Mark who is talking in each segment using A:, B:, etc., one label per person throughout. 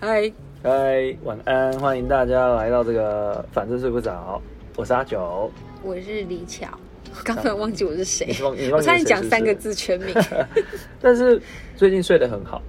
A: 嗨，
B: 嗨，晚安，欢迎大家来到这个反正睡不着，我是阿九。
A: 我是李巧，我刚突然忘记我是谁
B: 你，忘你
A: 哎我
B: 忘记
A: 差点
B: 是谁
A: 讲
B: 是不
A: 三个
B: 是，
A: 字全名。
B: 但是最近睡得很好。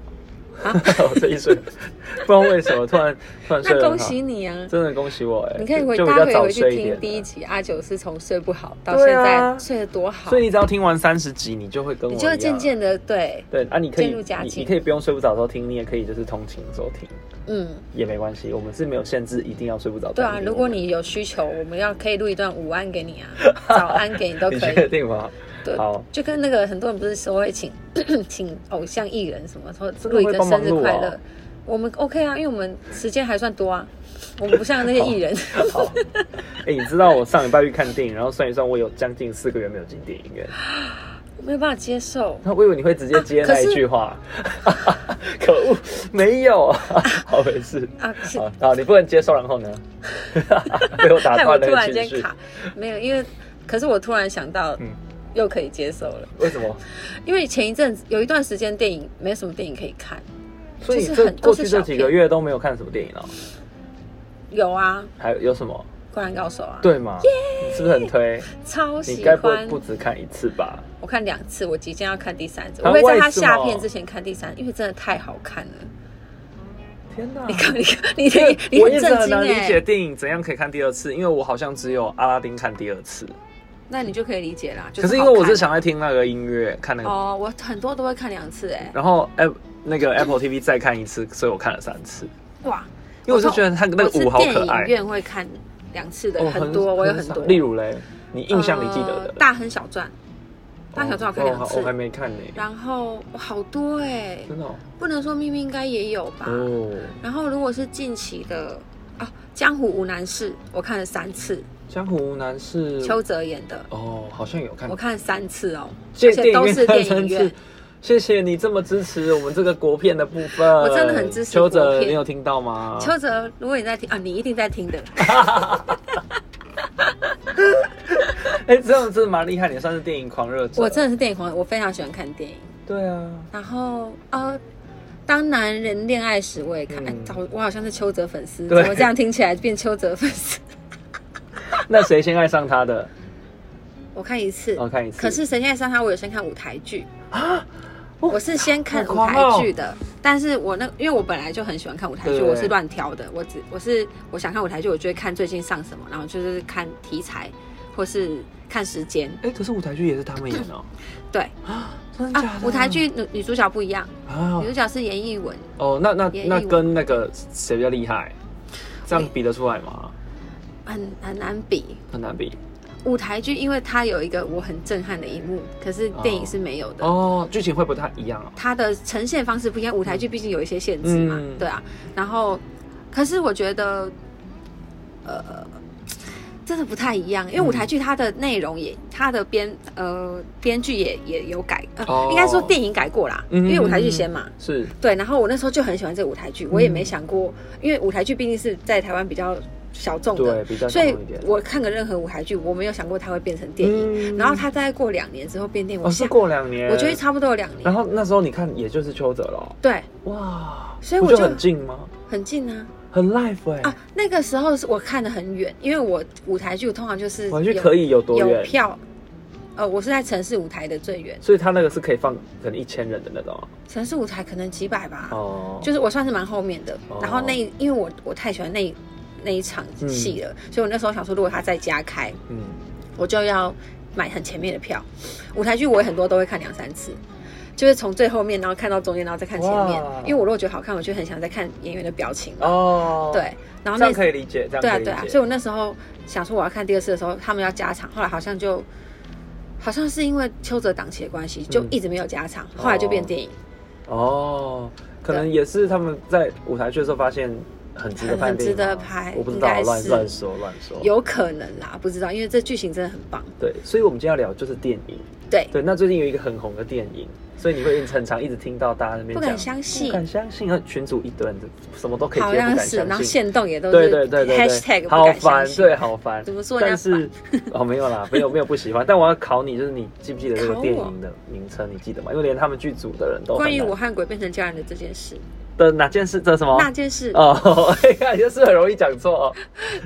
A: 啊
B: 我最近睡得，不知道为什么突然突然睡
A: 那
B: 得
A: 恭
B: 很好，
A: 喜你啊！
B: 真的恭喜我哎、
A: 你可以回
B: 就
A: 大
B: 比
A: 家
B: 较
A: 可以
B: 早
A: 回去
B: 睡一
A: 听
B: 点。哎啊
A: 第一集，阿九是从睡不好到
B: 对
A: 现
B: 啊
A: 在睡得多好，
B: 所以你只要听完三十集，你就会跟我
A: 你
B: 一
A: 就
B: 样啊
A: 会渐渐的对，
B: 对啊，你可以
A: 渐入佳
B: 你
A: 境
B: 你可以不用睡不着的时候听，你也可以就是通勤的时候听
A: 嗯，
B: 也没关系，我们是没有限制一定要睡不着才
A: 对
B: 能
A: 啊。
B: 听
A: 如
B: 我
A: 果
B: 们
A: 你有需求，我们要可以录一段午安给 你啊，早安给你都可
B: 你确
A: 以。
B: 定吗？
A: 对
B: 好，
A: 就跟那个很多人不是说会请 请偶像艺人什么，说
B: 这个
A: 录一
B: 会
A: 个
B: 帮忙
A: 生日
B: 录
A: 快
B: 啊
A: 乐，我们 OK 啊，因为我们时间还算多啊，我们不像那些艺人。
B: 好，哎、你知道我上礼拜去看电影，然后算一算，我有将近四个月没有进电影院。
A: 我没有办法接受。
B: 那我以为你会直接接
A: 啊可
B: 那
A: 是
B: 一句话，可恶，没有，啊好没事。
A: 啊，是
B: 好，好，你不能接受，然后呢？ 被我 打
A: 害我
B: 断
A: 突
B: 了
A: 然
B: 情
A: 间
B: 绪。
A: 卡，没有，因为可是我突然想到，
B: 嗯
A: 又可以接受了，
B: 为什么？
A: 因为前一阵子有一段时间电影没什么电影可以看，
B: 所
A: 就
B: 以你
A: 是
B: 这
A: 很都
B: 过
A: 是
B: 去
A: 小
B: 这几个月都没有看什么电影哦？
A: 有啊，
B: 还有什么？
A: 《灌篮高手》啊，，
B: 对吗？你是不是很推？
A: 超
B: 你
A: 喜
B: 该不会
A: 欢，
B: 不止看一次吧？
A: 我看两次，我即将要看第三次，
B: 啊
A: 我会在它
B: 为什么
A: 下片之前看第三，因为真的太好看了。
B: 天哪！
A: 你看，你看，你
B: 因为
A: 你你
B: 我
A: 很
B: 一直
A: 震
B: 很
A: 惊
B: 难理
A: 哎、
B: 解电影怎样可以看第二次，因为我好像只有阿拉丁看第二次。
A: 那你就可以理解啦。就
B: 可是因为我是想在听那个音乐，看那
A: 好
B: 个，
A: 看哦，我很多都会看两次哎、
B: 然后 App 那个 Apple TV 再看一次，所以我看了三次，
A: 哇，
B: 因为我是觉得他那
A: 我
B: 个
A: 是
B: 舞好可
A: 电
B: 爱
A: 影，院会看两次的，
B: 哦
A: 很多，我有很多。
B: 例如嘞，你印象里记得
A: 呃
B: 的，
A: 大亨小传》，《大亨小传》我看两
B: 哦
A: 次
B: 我，还没看呢，
A: 然后哇好多哎、
B: 真的哦
A: 不能说秘密应该也有吧。
B: 哦，
A: 然后如果是近期的啊，《江湖无难事》，我看了三次，
B: 江湖男士，
A: 邱泽演的，
B: 哦，好像有看
A: 我，看了三次哦，
B: 谢
A: 而
B: 谢
A: 且都是电影
B: 三
A: 院
B: 次。。谢谢你这么支持我们这个国片的部分，我
A: 真的很支持
B: 邱
A: 国
B: 泽，
A: 片
B: 你有听到吗？
A: 邱
B: 哦
A: 泽，如果你在听啊，你一定在听 的啦。
B: 啊哎，这样子蛮厉害，你算是电影狂热者。
A: 我真的是电影狂，我非常喜欢看电影。
B: 对啊，
A: 然后呃，当男人恋爱时我也看，哎
B: 嗯
A: 早我好像是邱泽粉丝，怎
B: 对
A: 么这样听起来变邱泽粉丝？
B: 那谁先爱上他的？
A: 我看一次，
B: 我哦看一次。
A: 可是《神仙爱上他》，我有先看舞台剧，
B: 哦
A: 我是先看舞
B: 好狂哦
A: 台剧的。但是我那因为我本来就很喜欢看舞台剧，
B: 对
A: 我是乱挑的。我只我是我想看舞台剧，我就会看最近上什么，然后就是看题材或是看时间。
B: 哎、可是舞台剧也是他们演哦、
A: 对
B: 真的假
A: 啊，
B: 的？
A: 舞台剧女女主角不一样，
B: 啊
A: 女，主角是严艺文，
B: 哦，那那
A: 演
B: 那
A: 绎我
B: 跟那个谁比较厉害？这样比得出来吗？
A: 很很难比。
B: 很难比
A: 舞台剧因为它有一个我很震撼的一幕，可是电影是没有的。
B: 哦，剧情会不太一样哦。
A: 它的呈现方式不一样，舞台剧毕竟有一些限制嘛，
B: 嗯
A: 对啊。然后，可是我觉得，呃，真的不太一样，因为
B: 嗯
A: 舞台剧它的内容也，它的编呃编剧也也有改，呃，
B: 哦
A: 应该说电影改过啦，
B: 嗯
A: 因为舞台剧先嘛。
B: 是，
A: 对，然后我那时候就很喜欢这个舞台剧，我也没想过，因为舞台剧毕竟是在台湾比较小众
B: 对，
A: 的，
B: 比较
A: 所以
B: 小众一点。
A: 我看个任何舞台剧，我没有想过它会变成电影。
B: 嗯
A: 然后它大概过两年之后变电影，
B: 哦
A: 我
B: 是
A: 想，
B: 过两年，
A: 我觉得差不多有两
B: 然
A: 年，
B: 后那时候你看，也就是邱泽了，哦
A: 对。
B: 哇，
A: 所以
B: 不
A: 我
B: 就
A: 就
B: 很近吗？
A: 很近啊！
B: 很 life 哎、
A: 啊，那个时候是我看得很远，因为我舞台剧通常就是
B: 舞台剧
A: 有
B: 可以有多
A: 有
B: 远？
A: 票，呃，我是在城市舞台的最远，
B: 所以他那个是可以放可能一千人的那种啊
A: 城市舞台可能几百吧，
B: 哦，
A: 就是我算是蛮后面的。
B: 哦
A: 然后那一因为我我太喜欢那一那一场戏了，所以我那时候想说，如果他在家开，
B: 嗯，
A: 我就要买很前面的票。舞台剧我也很多都会看两三次。就是从最后面，然后看到中间，然后再看前面
B: 哇。
A: 因为我如果觉得好看，我就很想再看演员的表情。
B: 哦，，
A: 对，然后
B: 这
A: 那
B: 样可以理解，这样
A: 对啊，
B: 可以理
A: 对啊，
B: 解。
A: 所以我那时候想说我要看第二次的时候，他们要加场，后来好像就好像是因为邱泽档期的关系，就一直没有加场，
B: 哦
A: 后来就变电影，
B: 哦，可能也是他们在舞台剧的时候发现很值得
A: 很
B: 拍
A: 很
B: 电
A: 值
B: 影吗，
A: 得拍，
B: 我不知
A: 应
B: 道
A: 该，
B: 乱
A: 是
B: 乱说乱说。
A: 有可能啦，不知道，因为这剧情真的很棒。
B: 对，所以我们今天要聊就是电影。
A: 对，
B: 对，那最近有一个很红的电影，所以你会很常一直听到大家在那边
A: 不敢
B: 讲
A: 相信
B: 不敢相信，然后群主一堆人什么都可以
A: 好
B: 贴，不
A: 像
B: 敢
A: 是，然
B: 相
A: 后
B: 信。
A: 限动也都
B: 对
A: 是
B: 对对对
A: hashtag
B: 对，
A: 不
B: 好
A: 敢
B: 烦
A: 相，信。
B: 对，好烦。
A: 怎么说人
B: 但
A: 家
B: 是哦，没有啦，没有没有不喜欢。但我要考你，就是你记不记得这个
A: 考
B: 电
A: 我
B: 影的名称？你记得吗？因为连他们剧组的人都很
A: 关于
B: 难
A: 我和鬼变成家人的这件事，
B: 的哪件事的什么？
A: 那件事，
B: 哦， 哎呀，也是很容易讲错哦，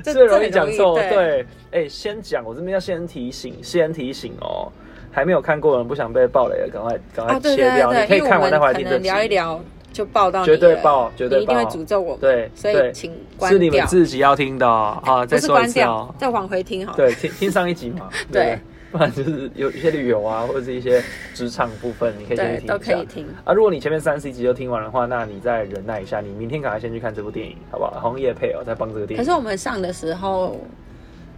A: 这
B: 是很
A: 这
B: 容易
A: 很
B: 讲
A: 容易
B: 错。
A: 对
B: 对，哎，先讲，我这边要先提醒，先提醒哦，还没有看过的人不想被暴雷的，赶快赶
A: 啊，
B: 快
A: 对
B: 切
A: 对
B: 掉。
A: 对
B: 你可
A: 对，
B: 以
A: 因为
B: 看
A: 我们
B: 完再回来
A: 可
B: 听
A: 能
B: 这集。
A: 聊一聊就爆到你
B: 绝对
A: 了
B: 爆绝对
A: 你一定会
B: 爆
A: 诅咒我们，
B: 对
A: 所以
B: 对
A: 请关掉。
B: 是你们自己要听的哦啊！
A: 不
B: 再
A: 是
B: 说一
A: 关
B: 次哦
A: 掉，。再往回听好了。
B: 对，听听上一集 嘛，对不对，不然就是有一些旅游啊，或者是一些职场部分，你可以先
A: 对，
B: 去听
A: 都
B: 一
A: 可以
B: 下。
A: 听。
B: 啊，如果你前面三十一集就听完的话，那你再忍耐一下，你明天赶快先去看这部电影，好不好？红叶配哦，在帮这个电
A: 可
B: 影，
A: 是我们上的时候，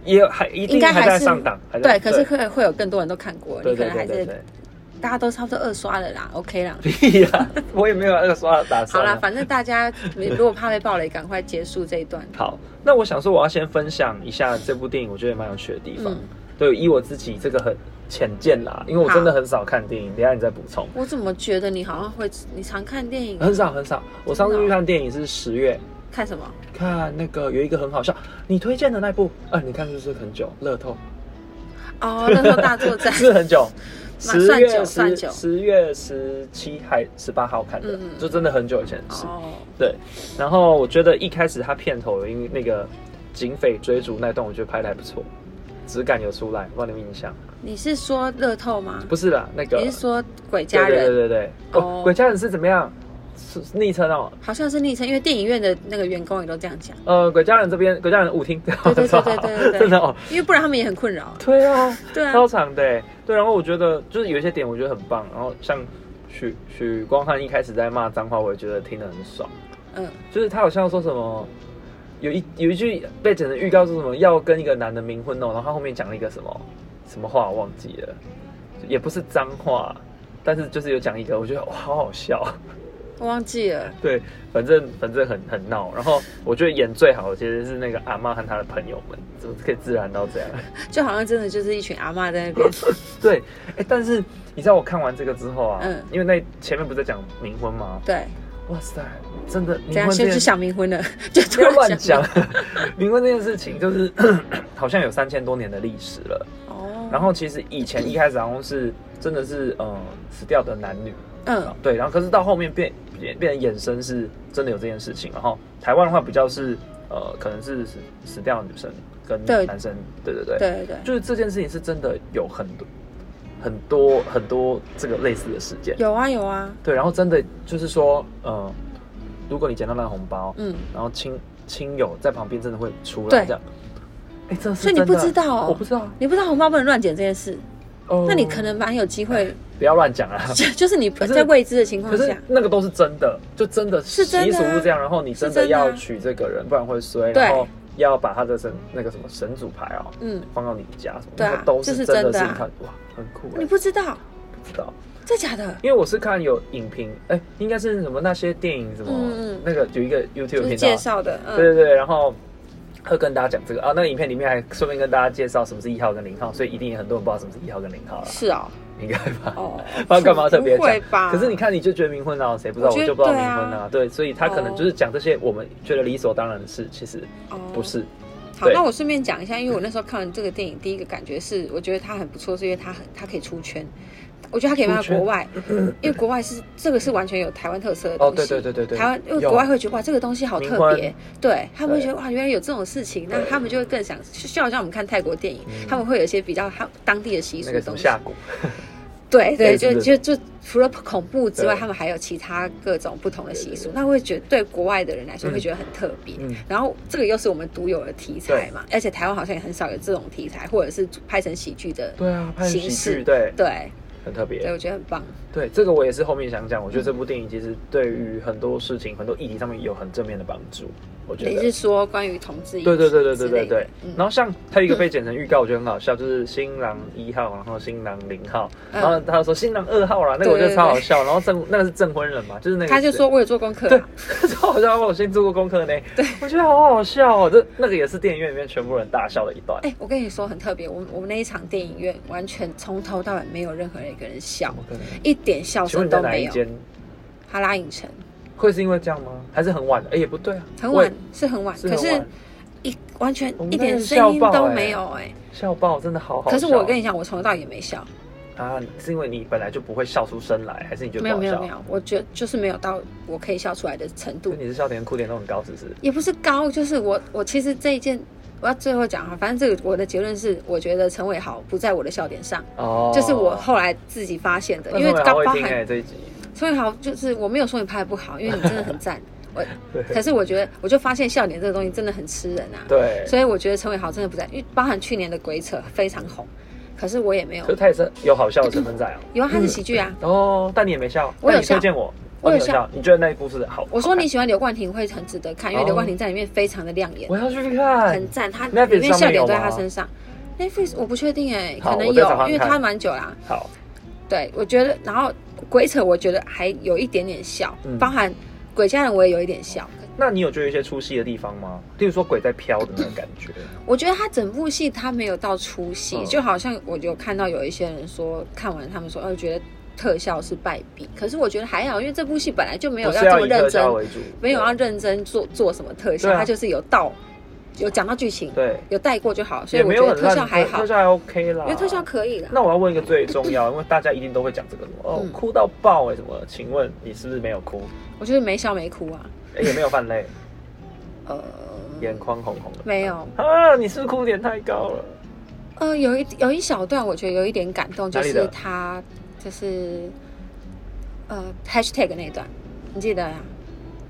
B: 也还一
A: 应
B: 定
A: 该
B: 还在
A: 是
B: 上档，还在
A: 对，可是会会有更多人都看过，
B: 对
A: 你可
B: 对
A: 能
B: 对
A: 还
B: 对
A: 是
B: 对，
A: 大家都差不多二刷了啦，OK 啦。
B: 屁呀，我也没有二刷的打
A: 好
B: 算啊。
A: 啦，反正大家如果怕被暴雷，赶快结束这一段。
B: 好，那我想说，我要先分享一下这部电影，我觉得蛮有趣的地方。
A: 嗯
B: 对，以我自己这个很浅见啦，因为我真的很少看电影，等一下你再补充。
A: 我怎么觉得你好像会，你常看电影，
B: 很少很少，我上
A: 哦
B: 次去看电影是十月，
A: 看什么？
B: 看那个有一个很好笑，你推荐的那部，啊，你看是不是很久？乐透
A: 哦，乐透大作战。
B: 是很久，
A: 蛮
B: 十
A: 算久
B: 月
A: 算
B: 十
A: 久
B: 十月十七还十八号看的
A: 嗯，嗯
B: 就真的很久以前的事。
A: 哦，
B: 对，然后我觉得一开始他片头因为那个警匪追逐那段，我觉得拍的还不错，质感有出来，让你们印象。
A: 你是说乐透吗？
B: 不是啦，那个
A: 你是说鬼
B: 对
A: 家人？
B: 对对对对，
A: 哦
B: 哦，鬼家人是怎么样？是是昵称哦。
A: 好像是昵称，因为电影院的那个员工也都这样讲，
B: 呃，鬼家人这边，鬼家人舞厅，对
A: 对对对对对对
B: 真的哦，
A: 因为不然他们也很困扰。
B: 对啊，
A: 对啊，
B: 超长的欸，对。然后我觉得就是有一些点我觉得很棒，然后像许许光汉一开始在骂脏话，我也觉得听得很爽，
A: 嗯，
B: 就是他好像说什么。有一有一句被剪成预告是什么？要跟一个男的冥婚哦，然后他后面讲了一个什么什么话我忘记了，也不是脏话，但是就是有讲一个，我觉得哇好好笑。
A: 我忘记了。
B: 对，反正反正很很闹。然后我觉得演最好的其实是那个阿妈和她的朋友们，怎么可以自然到这样？
A: 就好像真的就是一群阿嬷在那边，
B: 对，哎，但是你知道我看完这个之后啊，
A: 嗯
B: 因为那前面不是在讲冥婚吗？
A: 对，
B: 哇塞，真的
A: 这
B: 冥
A: 样
B: 婚
A: 啊先去
B: 这件
A: 想冥婚了，就突
B: 不要乱
A: 然
B: 讲
A: 想，
B: 冥婚这件事情就是 好像有三千多年的历史了。
A: 哦，
B: 然后其实以前一开始好像是真的是嗯、呃死掉的男女，
A: 嗯
B: 对，然后可是到后面变变变成衍生是真的有这件事情，然后台湾的话比较是呃，可能是死死掉的女生跟
A: 对
B: 男生，对对对，
A: 对对对，
B: 就是这件事情是真的有很多很多很多这个类似的事件，
A: 有啊有啊，
B: 对，然后真的就是说，呃，如果你捡到那个红包，
A: 嗯，
B: 然后亲亲友在旁边真的会出
A: 对
B: 来这样，哎，这是
A: 所以你
B: 真的
A: 不知道哦
B: 我不知道，
A: 你不知道红包不能乱捡这件事，
B: 哦
A: 那你可能蛮有机会，
B: 不要乱讲啊，
A: 就就是你
B: 是
A: 在未知的情况
B: 可是
A: 下，
B: 那个都是真的，就真的
A: 是
B: 习
A: 真的啊
B: 俗是这样，然后你真的
A: 是真的啊
B: 要娶这个人，不然会衰，
A: 对
B: 然后要把他的神那个什么神主牌哦
A: 嗯，
B: 放到你家什么，
A: 对啊
B: 那个都
A: 这是
B: 是真
A: 真
B: 的
A: 的
B: 是
A: 啊
B: 一看哇很酷哎
A: 你，不知道，
B: 不知道，
A: 真假的，
B: 因为我是看有影评，哎，应该是什么那些电影什么
A: 嗯嗯
B: 那个有一个
A: 就是
B: YouTube 频
A: 介
B: 道，
A: 绍的，
B: 对对
A: 嗯，
B: 对，然后。会跟大家讲这个啊，那个影片里面还顺便跟大家介绍什么是一号跟零号，所以一定也很多人不知道什么是一号跟零 号了，
A: 是哦，
B: 应该吧？
A: 哦，
B: 不知道干嘛特别
A: 不会吧？
B: 讲。可是你看，你就觉得冥婚啊，谁不知道？
A: 我觉
B: 我
A: 得
B: 就不知道冥婚
A: 对
B: 啊，对，所以他可能就是讲这些我们觉得理所当然的事，其实
A: 哦
B: 不是。
A: 好，
B: 对
A: 那我顺便讲一下，因为我那时候看完这个电影，第一个感觉是，我觉得它很不错，是因为它很它可以出圈，我觉得它可以卖到
B: 出圈
A: 国外，因为国外是这个是完全有台湾特色的
B: 哦，
A: 东西。
B: 对对对对对，
A: 台湾因为
B: 有
A: 国外会觉得哇，这个东西好特别
B: 民，
A: 对他们会觉
B: 对
A: 得哇，原来有这种事情，那
B: 对
A: 他们就会更想，就好像我们看泰国电影，
B: 嗯
A: 他们会有一些比较他当地的习俗的
B: 那个什
A: 东
B: 么
A: 西。
B: 下蛊，
A: 对对，
B: 类似
A: 就
B: 的
A: 就就除了恐怖之外，
B: 对
A: 他们还有其他各种不同的习
B: 对
A: 俗
B: 对，
A: 那会觉得对国外的人来说
B: 嗯
A: 会觉得很特别。
B: 嗯
A: 然后这个又是我们独有的题材嘛，而且台湾好像也很少有这种题材，或者是拍成喜剧的。
B: 对啊，拍喜
A: 形式
B: 剧，对，
A: 对，
B: 很特别
A: 对，。嗯我觉得很棒。
B: 对，这个我也是后面想讲。我觉得这部电影其实对于很多事情、很多议题上面有很正面的帮助。我觉
A: 你
B: 得
A: 是，说关于同志？
B: 对对对对对对对。然
A: 后
B: 后像他有一个被剪成预告，我觉得很好笑，就是新郎一号，然后新郎零号，
A: 嗯
B: 然后他说新郎二号啦，那个我觉
A: 对对
B: 得
A: 对
B: 超好笑。然后证那个是证婚人嘛，就是那个
A: 他就
B: 谁
A: 说我有做功课
B: 对
A: 啊，，
B: 超好笑！我先做过功课呢。对，我觉得好好笑哦。这那个也是电影院里面全部人大笑的一段。
A: 哎，我跟你说很特别，我们我们那一场电影院完全从头到尾没有任何一个人笑，
B: 我可能
A: 一点笑
B: 请
A: 声
B: 问你在
A: 都
B: 哪
A: 没
B: 一
A: 有。
B: 间？
A: 哈拉影城
B: 会是因为这样吗？还是很晚了？哎、也不对啊，
A: 很
B: 我也
A: 晚，是很晚，
B: 是
A: 可
B: 很
A: 是
B: 晚
A: 一完全
B: 我们
A: 一点
B: 那天
A: 声音
B: 笑爆
A: 都
B: 欸
A: 没有哎、
B: 笑爆，真的好好笑。
A: 可是我跟
B: 你
A: 你讲，我从头到尾也没笑，
B: 啊，是因为你本来就不会笑出声来，还是你觉得
A: 没有
B: 不好
A: 没有
B: 笑
A: 没？有，我觉得就是没有到我可以笑出来的程度
B: 就，你是笑点哭点都很高，只是
A: 也不是高，就是我我其实这一件我要最后讲哈，反正这个我的结论是，我觉得陈伟豪不在我的笑点上，
B: 哦，
A: 就是我后来自己发现的，
B: 但
A: 因为
B: 是我也
A: 刚
B: 好会
A: 包
B: 听哎、
A: 含
B: 这一集，
A: 陈伟豪就是我没有说你拍的不好，因为你真的很 赞，我
B: 对
A: 可是我觉得我就发现笑点这个东西真的很吃人啊，
B: 对，
A: 所以我觉得陈伟豪真的不在，因为包含去年的鬼扯非常红，可是我也没有
B: 可是，他也是有好笑的成分在哦。
A: 因为他是喜剧啊。
B: 哦，但你也没笑，
A: 我有
B: 但你推
A: 笑
B: 荐我，
A: 我有
B: 哦你
A: 笑，
B: 你觉得那一部是好？
A: 我说
B: 好看
A: 你喜欢刘冠廷会很值得看，因为刘冠廷在里面非常的亮眼，
B: 哦我要去看
A: 很，赞，他
B: Netflix
A: 里面笑点都在
B: 上面有吗
A: 他身上。Netflix 我不确定哎、
B: 好
A: 可能
B: 我再
A: 有
B: 找找，看
A: 因为他蛮久啦、啊
B: 好，
A: 对，我觉得，然后鬼扯，我觉得还有一点点笑，
B: 嗯
A: 包含鬼家人我也有一点笑。
B: 那你有觉得一些出戏的地方吗？例如说鬼在飘的那种感觉，
A: 我觉得他整部戏他没有到出戏，
B: 嗯
A: 就好像我有看到有一些人说看完他们说，哦、觉得特效是败笔，可是我觉得还好，因为这部戏本来就没有
B: 不是
A: 这
B: 以
A: 么认
B: 特
A: 真
B: 效，为主，
A: 没有要啊认真做做什么特效，
B: 对啊
A: 他就是有到有讲到剧情，
B: 对，
A: 有带过就好，所以
B: 也
A: 我
B: 没
A: 觉
B: 有
A: 得
B: 很
A: 特
B: 烂，
A: 效还好
B: 特，效还 OK 啦，
A: 因为特效。可以啦。
B: 那我要问一个最重要，因为大家一定都会讲这个什么哦，
A: 嗯
B: 哭到爆哎、什么？请问你是不是没有哭？
A: 我就是没笑没哭啊，
B: 哎也没有 泛泪，
A: 呃，
B: 眼眶红红的。
A: 没有，
B: 啊，你是不是哭点太高了？
A: 呃，有一有一小段我觉得有一点感动，就
B: 哪里
A: 是
B: 的
A: 他就是呃 hashtag 那一段，你记得啊？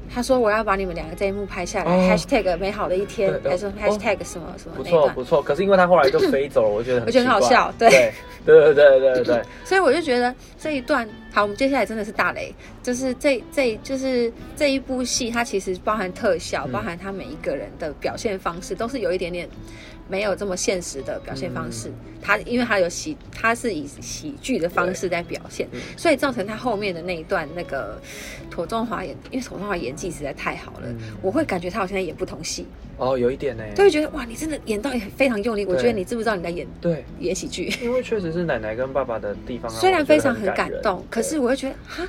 A: 他说我要把你们两个这一幕拍下来、
B: 哦
A: h a s h t a g 美好的一天
B: 对，对
A: 还是
B: 哦
A: hashtag 什么、什么
B: 不
A: 那一
B: 错
A: 段，
B: 不错，可是因为他后来就 飞走了，我觉得很
A: 我觉得很好
B: 奇怪
A: 笑对
B: 对对对对对对对，
A: 所以我就觉得这一段好，我们接下来真的是大雷，就是这这就是这一部戏，它其实包含特效，
B: 嗯
A: 包含他每一个人的表现方式，都是有一点点没有这么现实的表现方式。
B: 嗯
A: 他因为他有喜，他是以喜剧的方式在表现
B: 对嗯，
A: 所以造成他后面的那一段那个妥中华演，因为妥中华演技实在太好了。
B: 嗯
A: 我会感觉他好像在演不同戏，
B: 哦，有一点呢、
A: 都会觉得哇，你真的演到也非常用力。我
B: 对
A: 觉得你知不知道你在演
B: 对，
A: 演喜剧？
B: 因为确实是奶奶跟爸爸的地方啊，
A: 虽然
B: 我觉得
A: 非常
B: 很
A: 很感
B: 人嗯
A: 动，可是
B: 对
A: 我会觉得哈，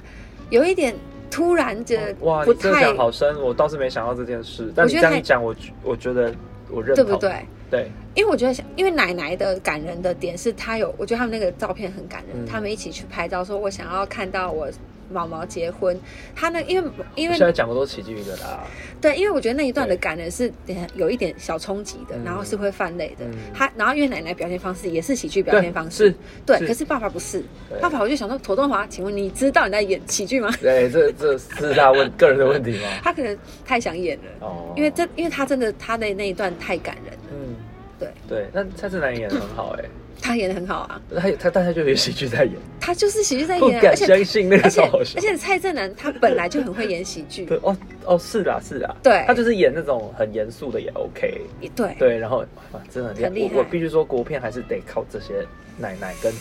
A: 有一点突然觉
B: 哇，
A: 得
B: 你
A: 不
B: 这个
A: 太
B: 讲好深，我倒是没想到这件事，但你这
A: 觉得
B: 样
A: 太
B: 一讲，我觉我觉得我认
A: 对
B: 同，
A: 不？对？
B: 对，
A: 因为我觉得像，因为奶奶的感人的点是她有，我觉得他们那个照片很感人，
B: 嗯
A: 他们一起去拍照，说我想要看到我毛毛结婚。她那因为因
B: 我现在
A: 为
B: 讲的都是喜剧一个啦，
A: 对，因为我觉得那一段
B: 对
A: 的感人是呃有一点小冲击的，
B: 嗯
A: 然后是会泛泪的
B: 嗯。
A: 她然后因为奶奶表现方式也是喜剧表
B: 对
A: 现方
B: 是
A: 式，对，
B: 是
A: 可是爸爸不是
B: 对，
A: 爸爸我就想说，妥东华，请问你知道你在演喜剧吗？
B: 对，这这是他问 个人的问题吗？
A: 他可能太想演了。
B: 哦，
A: 因为这，因为他真的他的那一段太感人了，
B: 嗯，
A: 对
B: 对，但蔡志南演的很好哎、
A: 他演的很好啊，
B: 他他但他就有喜剧在演，
A: 他就是喜剧在
B: 不
A: 演啊，
B: 敢
A: 而且
B: 相信那
A: 而
B: 个
A: 且
B: 超好笑
A: 而。且蔡正南他本来就很会演喜剧，
B: 对哦哦是啦是啦，
A: 对
B: 他就是演那种很严肃的也 OK，
A: 也对
B: 对，然后哇真的很
A: 很
B: 厉
A: 厉
B: 害，
A: 害
B: 我我必须说国片还是得靠这些奶奶跟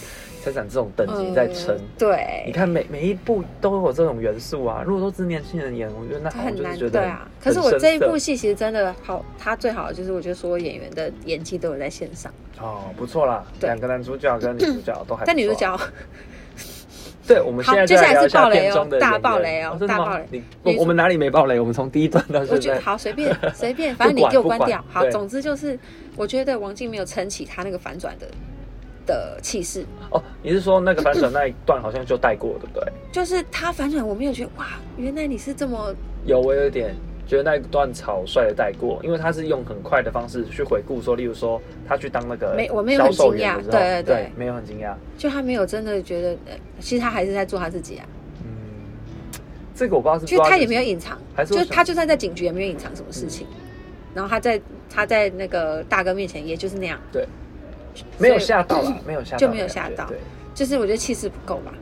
B: 财产这种等级
A: 嗯
B: 在撑。你
A: 对，
B: 看每每一部都有这种元素啊，如果都是年轻人演，我觉得那
A: 他
B: 好像
A: 很
B: 就是
A: 难
B: 觉
A: 对
B: 得
A: 啊。
B: 很
A: 可是我这一
B: 生涩
A: 部戏其实真的好，他最好的就是我觉得所有演员的演技都有在线上，
B: 哦不错啦，
A: 对
B: 两个男主角 跟女主角都还不错啊
A: 但女主角
B: 对，我们现在
A: 好
B: 就
A: 接下来
B: 来聊一
A: 是
B: 下
A: 爆雷
B: 片
A: 哦
B: 中的
A: 大
B: 演
A: 爆
B: 员
A: 雷哦
B: 哦真的
A: 大
B: 吗
A: 爆雷
B: 你我
A: 女主
B: 我们哪里没爆雷？我们从第一段到
A: 我
B: 现
A: 觉得
B: 在，
A: 好随便 随便，反正你
B: 不管
A: 给我
B: 不
A: 关
B: 管
A: 掉。好
B: 对，
A: 总之就是我觉得王静没有撑起他那个反转的的气势，
B: 哦，你是说那个反转那一段好像就带过，对不对？
A: 就是他反转我没有觉得哇，原来你是这么
B: 有，我有一点觉得那一段草率的带过，因为他是用很快的方式去回顾说，例如说他去当那个
A: 没我没有很
B: 销售员
A: 惊讶
B: 的时候
A: 对对对
B: 没有很惊讶。
A: 就他没有真的觉得，呃，其实他还是在做他自己啊，
B: 嗯，这个我不知道是不
A: 就是是他也没有隐藏，
B: 还是我
A: 就
B: 想嗯
A: 是他就算在警局也没有隐藏什么事情，然后他在他在那个大哥面前也就是那样，
B: 对，没有
A: 所以
B: 吓到啦，没有吓到的感觉，
A: 就没有吓到
B: 对，
A: 就是我觉得气势不够吧，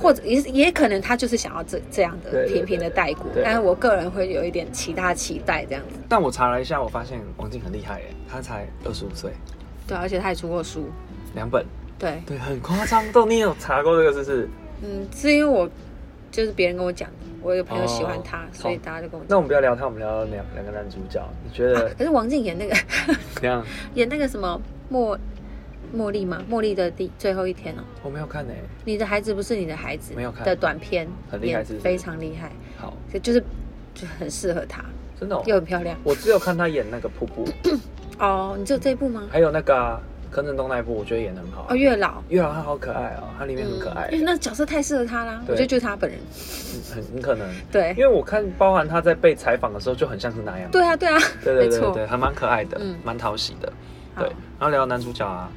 A: 或者也是也可能他就是想要这这样
B: 对
A: 的
B: 对
A: 平平的带过
B: 对，对
A: 但是我个人会有一点其他期待这样子，
B: 但我查了一下，我发现王静很厉害耶，她才二十五岁，
A: 对，啊而且他也出过书，
B: 两本，
A: 对，
B: 对，很夸张。都你有查过这个是不是？
A: 嗯，是因为我就是别人跟我讲的，我有朋友喜欢他，
B: 哦
A: 所以大家就跟我
B: 那
A: 讲。啊
B: 我们不要聊他，我们聊两两个男主角，你觉 得
A: 可是王静演那个
B: 怎样？
A: 演那个什么茉茉莉嘛，茉莉的第最后一天哦。
B: 我没有看呢，
A: 你的孩子不是你的孩子，
B: 没有看
A: 的短片，
B: 很厉害
A: 演
B: 是不是
A: 非常厉害，
B: 好，
A: 就就是就很适合她，
B: 真的哦，
A: 又很漂亮
B: 我只有看他演那个瀑布。
A: 哦。你只有这一部吗？
B: 还有那个啊柯震东那一部我觉得演的很好
A: 哦，。月老，
B: 月老他好可爱哦，他里面很可爱
A: 嗯，因，为那角色太适合他啦，我
B: 对
A: 觉得就是他本人，
B: 很很可能。
A: 对
B: 因，为我看，包含他在被采访的时候就很像是那样。
A: 对啊，对啊，
B: 对对
A: 没
B: 对对
A: 错
B: 对，还蛮可爱的
A: 嗯，
B: 蛮讨喜的。对
A: 好，
B: 然后聊到男主角啊，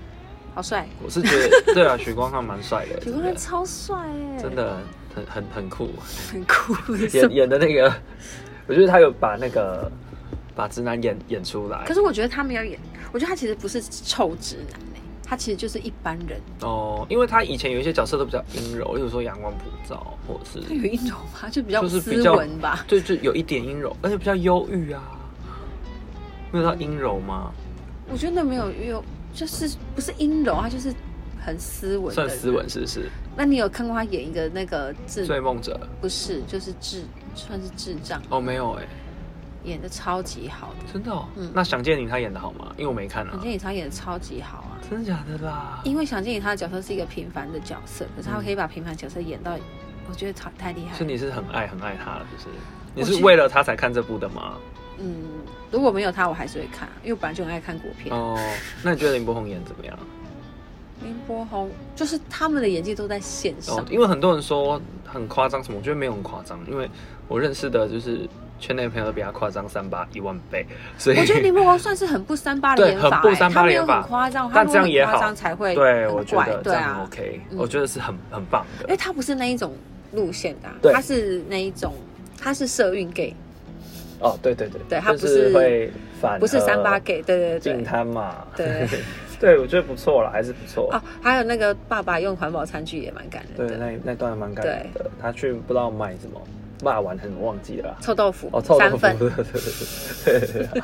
A: 好帅，
B: 我是觉 得对啊，许光汉蛮帅的，
A: 许光汉超帅哎，
B: 真的真的很很很酷，
A: 很酷，
B: 演演的那个，我觉得他有把那个把直男演演出来
A: 可是我觉得他没有演，我觉得他其实不是臭直男哎、他其实就是一般人。
B: 哦，因为他以前有一些角色都比较阴柔，例如说阳光普照，或者是
A: 他有一种吧，就比较
B: 就是
A: 斯
B: 比较
A: 文吧。
B: 对，就有一点阴柔，而且比较忧郁啊，没有到阴柔吗？
A: 我觉得没有有，就是不是阴柔，他就是很斯文。
B: 算斯文。是不是？
A: 那你有看过他演一个那个智？
B: 追梦者
A: 不是，就是智，算是智障，
B: 哦，没有哎、
A: 演的超级好的。
B: 真的、哦。
A: 嗯
B: 那想见你他演的好吗？因为我没看
A: 蒋
B: 啊
A: 介。石他演的超级好啊，
B: 真的假的啦？
A: 因为蒋介石他的角色是一个平凡的角色，可是他
B: 嗯
A: 可以把平凡角色演到，我觉得他太厉害
B: 是
A: 了。
B: 你是很爱很爱他的，就是
A: 我
B: 你
A: 觉
B: 是为了他才看这部的吗？
A: 嗯，如果没有他，我还是会看，因为我本来就很爱看国片。
B: 哦，那你觉得林柏宏演怎 么样？
A: 林柏宏就是他们的演技都在线上
B: 哦，，因为很多人说很夸张什么，我觉得没有很夸张，因为我认识的就是圈内朋友都比他夸张三八一万倍，所以
A: 我觉得林柏宏算是很不三八的
B: 对
A: 演法、欸，
B: 很不三八
A: 他没
B: 的
A: 有
B: 演法
A: 很夸张，
B: 但
A: 他
B: 这样也
A: 如果很夸
B: 好
A: 张才会
B: 对
A: 很
B: 我觉
A: 怪
B: 得这
A: 对
B: 样很
A: 啊，
B: OK，、
A: 嗯
B: 我觉得是很很棒
A: 因
B: 的
A: 为。他不是那一种路线的啊、
B: 对
A: 他是那一种，他是社运 gay，
B: 哦，对对对，
A: 对他
B: 就
A: 不是
B: 会反
A: 不是三八
B: 呃
A: gay，对对
B: 净
A: 对
B: 滩嘛，
A: 对
B: 对，我觉得不错了，还是不错。
A: 哦，还有那个爸爸用环保餐具也蛮感人的，
B: 对，那那段还蛮感人的。他去不知道买什么，骂完很忘记了啊。
A: 臭豆腐，
B: 哦，臭豆
A: 三
B: 腐，
A: 份，
B: 对对对对，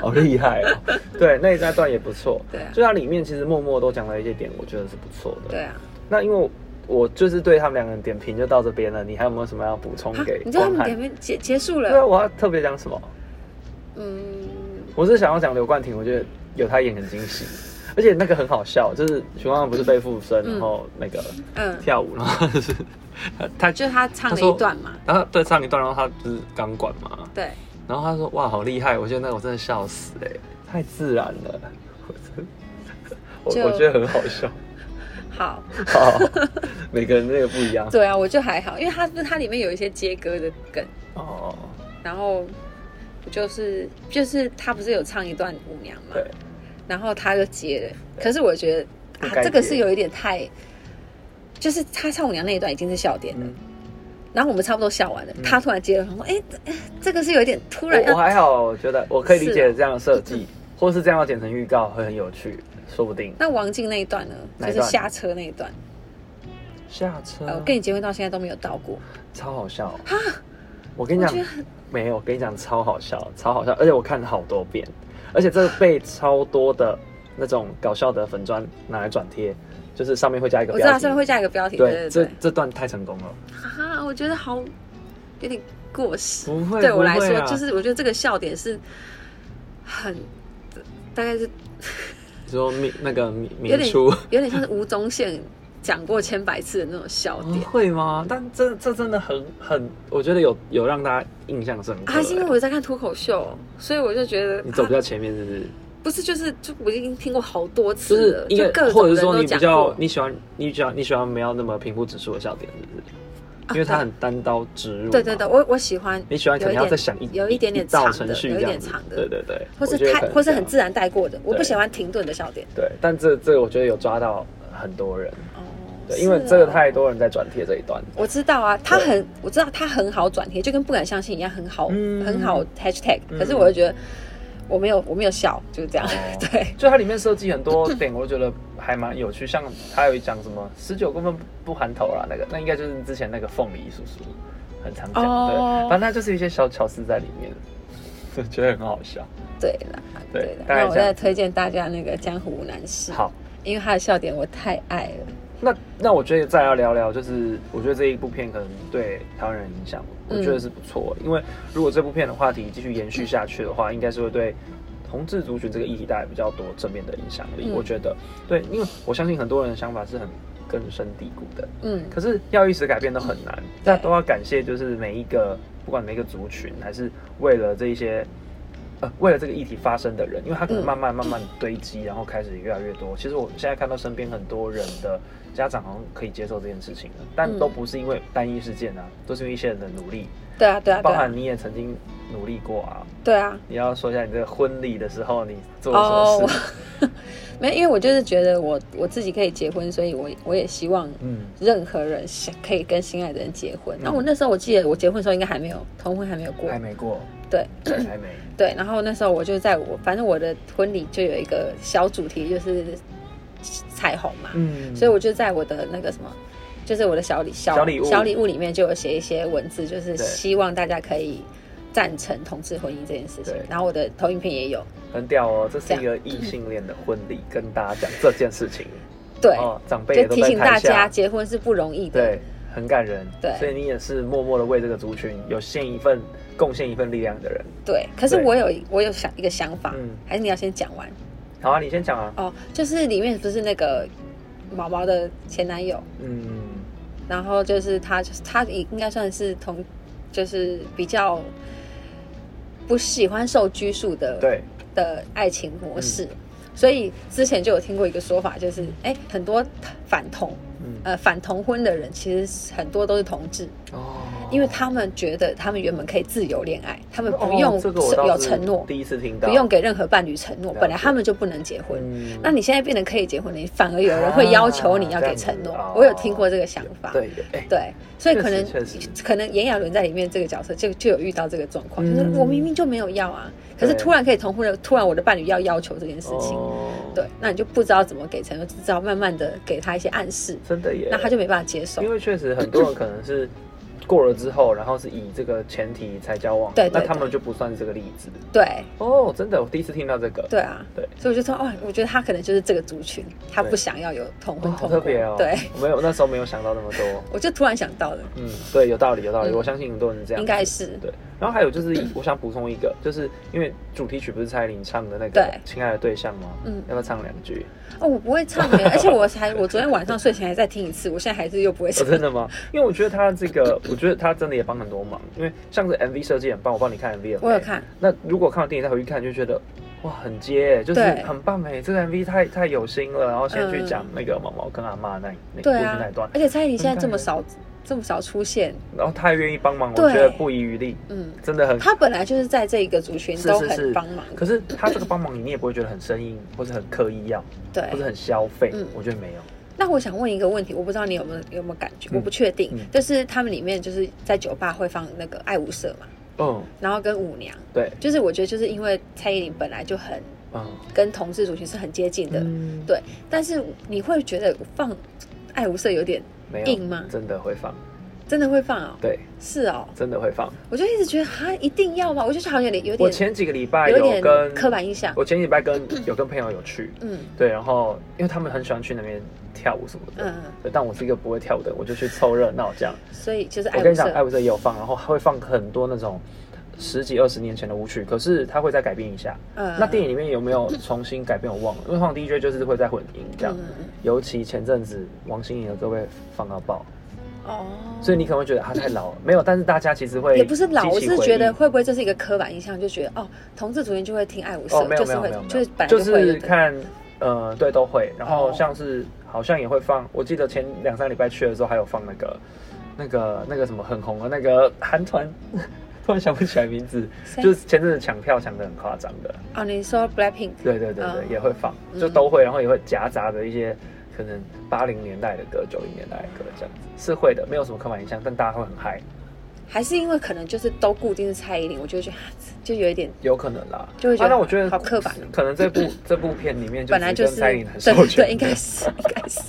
B: 好厉害哦！对，那一那段也不错。
A: 对啊
B: 就它里面其实默默都讲了一些点，我觉得是不错的。
A: 对，啊，
B: 那因为我我就是对他们两个人点评就到这边了，你还有没有什么要补充
A: 啊
B: 给
A: 你知道他
B: 光
A: 们
B: 汉
A: 前？面结结束
B: 对啊，
A: 了，
B: 我要特别讲什么？
A: 嗯，
B: 我是想要讲刘冠廷，我觉得有他演很惊喜，而且那个很好笑，就是徐光汉不是被附身，
A: 嗯
B: 然后那个
A: 嗯，
B: 跳舞，然后就是他他
A: 就是他唱了
B: 他说
A: 一段嘛，
B: 然后对上一段，然后他不是钢管嘛，
A: 对，
B: 然后他说：“哇，好厉害！”我觉得那个我真的笑死哎、太自然了，我真
A: 就
B: 我我觉得很好笑。
A: 好，
B: 好，每个人那个不一样
A: 对啊，我就还好，因为他他里面有一些接歌的梗。
B: 哦。
A: 然后我就是就是他不是有唱一段舞娘嘛
B: 对，
A: 然后他就接了。可是我觉得、
B: 不
A: 啊
B: 该
A: 这个
B: 接
A: 是有一点太，就是他唱舞娘那一段已经是笑点了。
B: 嗯
A: 然后我们差不多笑完了，他突然接了，我说：“哎、这这个是有一点突然啊
B: 我我
A: 要
B: 还好，我觉得我可以理
A: 是
B: 解
A: 啊
B: 这样的设计，或是这样要剪成预告会很有趣，说不定
A: 那王静那一段呢？
B: 哪
A: 就
B: 一
A: 是
B: 段嗯
A: 下车那一段，
B: 下车、
A: 呃，我跟你结婚到现在都没有到过，
B: 超好笑我跟你
A: 我
B: 讲
A: 觉得，很
B: 没有，我跟你讲超好笑，超好笑，而且我看了好多遍，而且这个被超多的那种搞笑的粉砖拿来转贴，就是上面会加一个
A: 我知道
B: 标
A: 是
B: 题。
A: 会加一个标题，对
B: 对，
A: 对
B: 这
A: 对，
B: 这段太成功了，
A: 啊，我觉得好有点过时，
B: 不会
A: 对我来
B: 不
A: 说
B: 会，啊
A: 就是我觉得这个笑点是很，大概是
B: 说明那个明
A: 有
B: 明
A: 点
B: 初
A: 有点像是吴宗宪讲过千百次的那种笑
B: 哦
A: 点。
B: 会吗？但这这真的很很，我觉得有有让大家印象深刻。
A: 还啊是因为我在看脱口秀，所以我就觉得
B: 你走比
A: 啊
B: 较前面，是不是？
A: 不是就是就我已经听过好多
B: 就
A: 次
B: 是
A: 了，
B: 因
A: 就各
B: 为，
A: 种
B: 或者
A: 人
B: 是说
A: 都
B: 你比
A: 讲
B: 较
A: 过。
B: 你喜欢你喜欢你喜欢没有那么平铺直述的笑点，是不是？因为它很单刀直入嘛。
A: 啊对对对，我我喜欢
B: 你喜欢可能要再想一
A: 有一点点
B: 道
A: 长
B: 程
A: 的
B: 序
A: 有一
B: 这样
A: 点
B: 子
A: 长的
B: 对对对，
A: 或是
B: 我觉得
A: 太
B: 可能
A: 或是
B: 这样
A: 很自然带过的，我不
B: 对
A: 喜欢停顿的笑点。
B: 对，但这这个我觉得有抓到很多人，
A: 哦，
B: 对，
A: 是
B: 因为这个
A: 哦
B: 太多人在转贴这一段，
A: 我知道啊，他
B: 对
A: 很，我知道他很好转贴，就跟不敢相信一样，很好，
B: 嗯
A: 很好 hashtag、
B: 嗯
A: 可是我就觉得我没有，我没有笑，就是这样。
B: 哦
A: 对，
B: 就它里面设计 很多点，我觉得还蛮有趣，像它有讲什么十九公分不不含头啦，那个那应该就是之前那个凤梨叔叔很常讲的，
A: 哦
B: 反正它就是一些小巧思在里面， 我觉得很好笑。
A: 啊对啦，
B: 对
A: 啦。
B: 大概
A: 那我
B: 这样
A: 再推荐大家那个《江湖男士》，
B: 好，
A: 因为他的笑点我太爱了。
B: 那那我觉得再要聊聊，就是我觉得这一部片可能对台湾人影响，我
A: 嗯
B: 觉得是不错。因为如果这部片的话题继续延续下去的话，应该是会对同志族群这个议题带来比较多正面的影响力。
A: 嗯
B: 我觉得，对，因为我相信很多人的想法是很根深蒂固的，
A: 嗯，
B: 可是要一时改变都很难。那都要感谢，就是每一个不管每一个族群，还是为了这一些呃为了这个议题发声的人，因为他可能
A: 嗯
B: 慢慢慢慢堆积，然后开始越来越多。其实我现在看到身边很多人的家长好像可以接受这件事情了，但
A: 嗯
B: 都不是因为单一事件啊，都是因为一些人的努力，
A: 对啊，对啊，
B: 包
A: 对啊，
B: 含你也曾经努力过啊。
A: 对啊。
B: 你要说一下你这个婚礼的时候你做了
A: 哦
B: 什，么事？
A: 我 没有，因为我就是觉得我我自己可以结婚，所以我我也希望
B: 嗯，
A: 任何人想可以跟心爱的人结婚。
B: 嗯
A: 那、我那时候我记得我结婚的时候应该还没有同婚还没有过
B: 还，没 过，
A: 对
B: 还没。
A: 对。然后那时候我就在我反正我的婚礼就有一个小主题就是彩虹嘛，
B: 嗯，
A: 所以我就在我的那个什么。就是我的小礼小
B: 小礼物
A: 小礼物里面就有写一些文字，就是
B: 对
A: 希望大家可以赞成同志婚姻这件事情
B: 对。
A: 然后我的投影片也有，
B: 很屌哦，这是一个异性恋的婚礼，跟大家讲这件事情。
A: 对，
B: 哦，长辈也
A: 就
B: 都
A: 提
B: 在
A: 醒大
B: 台
A: 家，
B: 下，
A: 结婚是不容易的。
B: 对，很感人。
A: 对
B: 所以你也是默默的为这个族群有献一份、贡献一份力量的人。
A: 对，可是
B: 对
A: 我有我有想一个想法，
B: 嗯
A: 还是你要先讲完
B: 好啊，你先讲啊。
A: 哦。就是里面不是那个毛毛的前男友，
B: 嗯，
A: 然后就是他，就是他也应该算是同，就是比较不喜欢受拘束的
B: 对，
A: 的爱情模式。
B: 嗯
A: 所以之前就有听过一个说法，就是哎，很多反同
B: 嗯，
A: 呃反同婚的人，其实很多都是同志，
B: 哦
A: 因为他们觉得他们原本可以自由恋爱，他们
B: 哦
A: 不用
B: 这个我倒
A: 有
B: 是
A: 承诺，
B: 第一次听到，
A: 不用给任何伴侣承诺，
B: 了解
A: 本来他们就不能结婚。
B: 嗯。
A: 那你现在变得可以结婚，你反而有人会要求你要给承诺。
B: 啊
A: 我有听过这个想法，
B: 对，哎，
A: 对所以可能
B: 确实确实
A: 可能炎亚纶在里面这个角色就就有遇到这个状况，
B: 嗯
A: 就是我明明就没有要啊，可是
B: 对
A: 突然可以同婚了，突然我的伴侣要要求这件事情，
B: 哦，
A: 对，那你就不知道怎么给承诺，只知道慢慢的给他一些暗示，
B: 真的耶。
A: 那他就没办法接受
B: 因。为确实很多人可能是过了之后，然后是以这个前提才交往，
A: 对对
B: 那
A: 对
B: 他们就不算是这个例子。
A: 对
B: 哦，真的，我第一次听到这个。
A: 对啊，
B: 对，
A: 所以我就说，哦，我觉得他可能就是这个族群，他不
B: 对
A: 想要有同
B: 哦
A: 婚
B: 好
A: 同
B: 特
A: 婚，
B: 别哦。
A: 对，，
B: 没有，那时候没有想到那么多。
A: 我就突然想到了，
B: 嗯，对，有道理，有道理，
A: 嗯
B: 我相信很多人这样。
A: 应该是
B: 对，然后还 有就是，我想补充一个，就是因为主题曲不是蔡依林唱的那个
A: 对
B: 《亲爱的对象》吗？
A: 嗯
B: 要不要唱两句？
A: 哦，我不会唱耶，而且我才我昨天晚上睡前还在听一次，我现在还是又不会
B: 哦，
A: 唱。
B: 真的吗？因为我觉得他这个，我觉得他真的也帮很多忙，因为像是 MV 设计很棒，我帮你看 MV 了。
A: 我有。看，
B: 那如果看了电影再回去看，就觉得哇，很接耶，就是
A: 对
B: 很棒哎，这个 MV 太太有心了。然后先去
A: 嗯
B: 讲那个毛毛跟阿妈那那
A: 对
B: 故事
A: 啊
B: 那一段，，嗯
A: 而且蔡依林现在这么少这么少出现，
B: 然后他也愿意帮忙，我
A: 对
B: 觉得不遗余力，
A: 嗯，
B: 真的很。
A: 她本来就是在这一个族群
B: 是
A: 都
B: 是
A: 很
B: 是
A: 帮忙，
B: 可是他这个帮忙，你也不会觉得很生硬，或是很刻意要，
A: 对
B: 或。是很消费。
A: 嗯
B: 我觉得没有。
A: 那我想问一个问题，我不知道你有没有有没有感觉，
B: 嗯
A: 我不确定
B: 嗯，
A: 就是他们里面就是在酒吧会放那个爱舞社嘛，
B: 嗯，
A: 然后跟舞娘，
B: 对，
A: 就是我觉得就是因为蔡依林本来就很
B: 嗯，
A: 跟同志族群是很接近的，
B: 嗯
A: 对，但是你会觉得放爱舞社有点
B: 没有
A: 硬吗？
B: 真的会放，
A: 真的会放哦，
B: 对，
A: 是哦，
B: 真的会放。
A: 我就一直觉得哈，一定要吗？我就好像有点有
B: 我
A: 点
B: 前几个礼拜
A: 有
B: 有
A: 点
B: 跟
A: 刻板印象。
B: 我前几个礼拜跟有跟朋友有去，
A: 嗯
B: 对，然后因为他们很喜欢去那边跳舞什么的，
A: 嗯，
B: 对，但我是一个不会跳舞的，我就去凑热闹这样。
A: 所以就是爱
B: 我跟
A: 无
B: 你讲，艾
A: 色，
B: 维特也有放，然后还会放很多那种十几二十年前的舞曲，可是他会再改编一下。
A: 嗯
B: 哎那电影里面有没有重新改编我忘了，因为放 DJ 就是会在混音这样。
A: 嗯嗯
B: 尤其前阵子王心凌的歌被放到爆，
A: 嗯哦，
B: 所以你可能会觉得啊太老了，没有，但是大家其实会
A: 也不是老，
B: 激
A: 我
B: 起
A: 是
B: 回忆
A: 觉得会不会这是一个刻板印象，就觉得哦，同志族群就会听爱无色，
B: 哦没有
A: 就
B: 没
A: 是
B: 有
A: 会
B: 没有没有
A: 就是本来
B: 就
A: 会有
B: 是
A: 的
B: 看呃对都会，然后
A: 哦
B: 像是、好像也会放，我记得前两三礼拜去的时候还有放那个那个那个什么很红的那个韩团， 突然想不起来名字，
A: 谁
B: 就是前阵子抢票抢的很夸张的，
A: 哦，你说 Blackpink
B: 对对对对，
A: 嗯
B: 也会放，
A: 嗯
B: 就都会，然后也会夹杂着一些可能八零年代的歌、九零年代的歌这样子，是会的，没有什么刻板印象，但大家会很嗨，
A: 还是因为可能就是都固定是蔡依林，我就会觉得啊就有一点
B: 有可能啦。
A: 就会觉
B: 啊
A: 得
B: 那我觉得
A: 好刻板哦，
B: 可能这部这部片里面就
A: 本来
B: 只
A: 就
B: 跟
A: 是
B: 蔡依林很
A: 对
B: 授权
A: 对，应该是 应该是，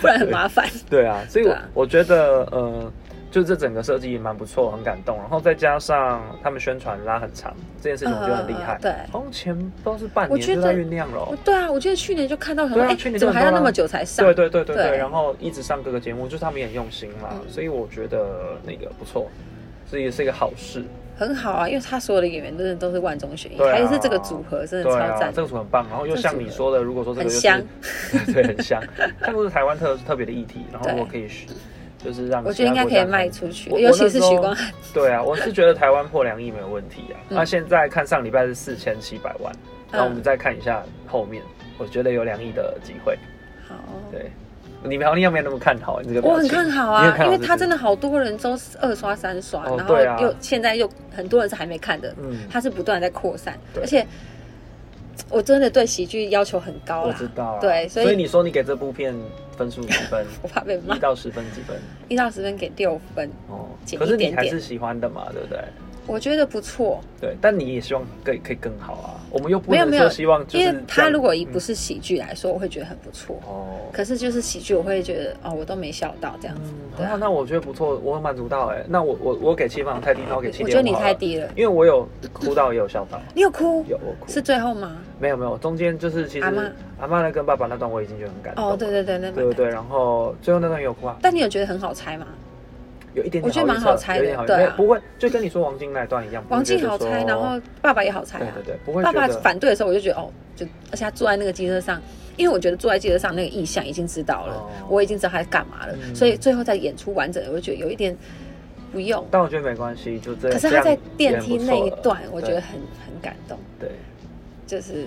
A: 不然很麻烦。
B: 对啊，所以我、
A: 对啊
B: 我觉得，呃，就这整个设计也蛮不错，很感动。然后再加上他们宣传拉很长这件事情，我觉得很厉害。
A: 嗯嗯嗯对
B: 好像前都是半
A: 我
B: 年
A: 觉
B: 就
A: 得
B: 在酝酿了哦、
A: 我对啊，我觉得去年就看到什么，
B: 对啊
A: 哎
B: 去年，
A: 怎么
B: 就很
A: 还要
B: 多
A: 那
B: 啦
A: 么久才上？
B: 对对对对对，
A: 对
B: 然后一直上各个节目，就是他们也很用心嘛，
A: 嗯
B: 所以我觉得那个不错，这也是一个好事。
A: 很好啊，因为他所有的演员真的都是万中选一，
B: 对啊
A: 还有是这个组合真的
B: 对
A: 超
B: 啊
A: 赞，
B: 这。个组很棒。然后又像你说的，如果说这个
A: 很
B: 就是
A: 香
B: 对，很香，像都是台湾特特别的议题，然后
A: 对
B: 如果可以就是让
A: 我觉得应该可以卖
B: 出。
A: 出去，
B: 我
A: 尤其是
B: 我那时候
A: 许光汉，
B: 对啊，我是觉得台湾破两亿没有问题啊。
A: 嗯
B: 那、现在看上礼拜是四千七百万，那、我们再看一下后面，我觉得有两亿的机会。
A: 好哦。
B: 对，你苗你有没有那么看好？你这个表
A: 我很
B: 情
A: 看好
B: 你
A: 啊
B: 很，
A: 因
B: 看好
A: 为
B: 这
A: 他
B: 个
A: 真的好多人都是二刷三刷，
B: 哦
A: 然后
B: 对啊
A: 又、现在又很多人是还没看的，
B: 嗯，
A: 它是不断地在扩散，
B: 对
A: 而且我真的对喜剧要求很高
B: 我
A: 啦
B: 知，道、啊。
A: 对所
B: 所
A: 以
B: 你说你给这部片 分数几分？
A: 我怕被骂
B: 一，到十分几分？
A: 一到十分给六分，
B: 哦，
A: 减
B: 可是
A: 一
B: 你
A: 点
B: 还
A: 点
B: 是喜欢的嘛，对不对？
A: 我觉得不错，
B: 对，但你也希望可以可以更好啊。我们又不
A: 没有
B: 能
A: 没
B: 说
A: 有
B: 希望，就
A: 因
B: 是
A: 为它
B: 这样
A: 如果以不
B: 嗯
A: 是喜剧来说，我会觉得很不错，
B: 哦，
A: 可是就是喜剧，我会觉得哦，我都没笑到这样子，对
B: 嗯，
A: 啊
B: 那那我觉得不错，我有满足到哎、那我我我给七分好像太低，那我给七点
A: 我觉得你太，低了，
B: 因为我有哭到也有笑到，
A: 你有哭？
B: 有我哭。
A: 是最后吗？
B: 没有没有，中间就是其实
A: 阿嬷
B: 阿妈那跟爸爸那段我已经觉得很感动了。
A: 哦，对对对，那
B: 对对对，然后最后那段也有哭啊，
A: 但你有觉得很好猜吗？
B: 有一点点
A: 我觉得蛮好猜的
B: 有一点好预测
A: 对啊
B: 不会就跟你说王晶那一段一样，
A: 王静
B: 不
A: 好
B: 会觉得
A: 猜，
B: 说
A: 然后爸爸也好猜
B: 对
A: 啊
B: 对。对，不会
A: 爸
B: 觉
A: 爸
B: 得
A: 反对的时候，我就觉得哦，就而且他坐在那个机车上，因为我觉得坐在机车上那个意象已经知道了，
B: 哦
A: 我已经知道他在干嘛了，
B: 嗯
A: 所以最后再演出完整的，我就觉得有一点不用。
B: 但我觉得没关系，就这。
A: 可是他在
B: 这样
A: 电梯
B: 也很不
A: 那
B: 错
A: 一
B: 了
A: 段，我觉得很很感动，
B: 对
A: 就是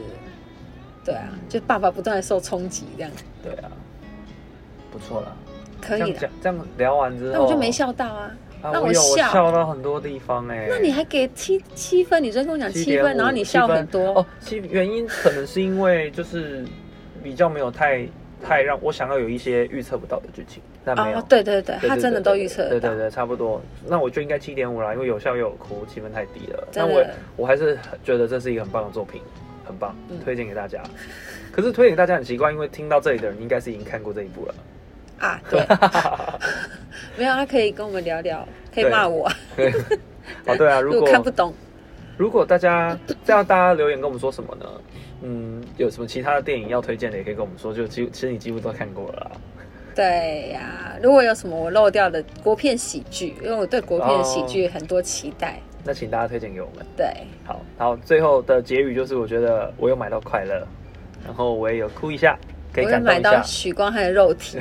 A: 对啊，就爸爸不断的受冲击这样，
B: 对对啊，不错啦。
A: 可以
B: 这样
A: 的。
B: 讲这样聊完之后，
A: 那我就没笑到啊，
B: 啊，
A: 那
B: 我
A: 我
B: 有我
A: 笑
B: 笑到很多地方哎、
A: 那你还给七七分，你昨天跟我讲七
B: 7.5
A: 分，然后你笑很
B: 7
A: 多，
B: 分哦。其原因可能是因为就是比较没有太太让我想要有一些预测不到的剧情，但没有。
A: 哦，对对对，
B: 对
A: 他真的都预测得
B: 对对
A: 到
B: 对，，对差不多。那我就应该七点五啦，因为有笑又有哭，气氛太低了。
A: 真
B: 那
A: 的
B: 我我还是觉得这是一个很棒的作品，很棒
A: 嗯，
B: 推荐给大家。可是推荐给大家很奇怪，因为听到这里的人应该是已经看过这一部了。
A: 啊，对， 没有，他可以跟我们聊聊，可以
B: 对
A: 骂我，
B: 对，哦对啊，如
A: 如
B: 果
A: 果看不懂，
B: 如果大家这样，大家留言跟我们说什么呢？嗯，有什么其他的电影要推荐的，也可以跟我们说。就几乎其实你几乎都看过了啦。
A: 对呀、如果有什么我漏掉的国片喜剧，因为我对国片的喜
B: 哦
A: 剧很多期待，
B: 那请大家推荐给我们。
A: 对，
B: 好，然后最后的结语就是，我觉得我有买到快乐，然后我也有哭一下，可以
A: 我有
B: 感动
A: 买
B: 一
A: 到
B: 下，
A: 许光汉的肉体，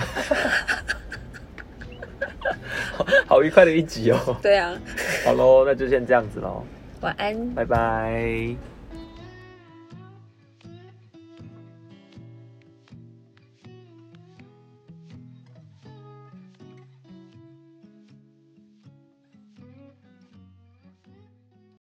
B: 好愉快的一集哦。
A: 对啊，
B: 好喽，那就先这样子喽，
A: 晚安。
B: 拜拜。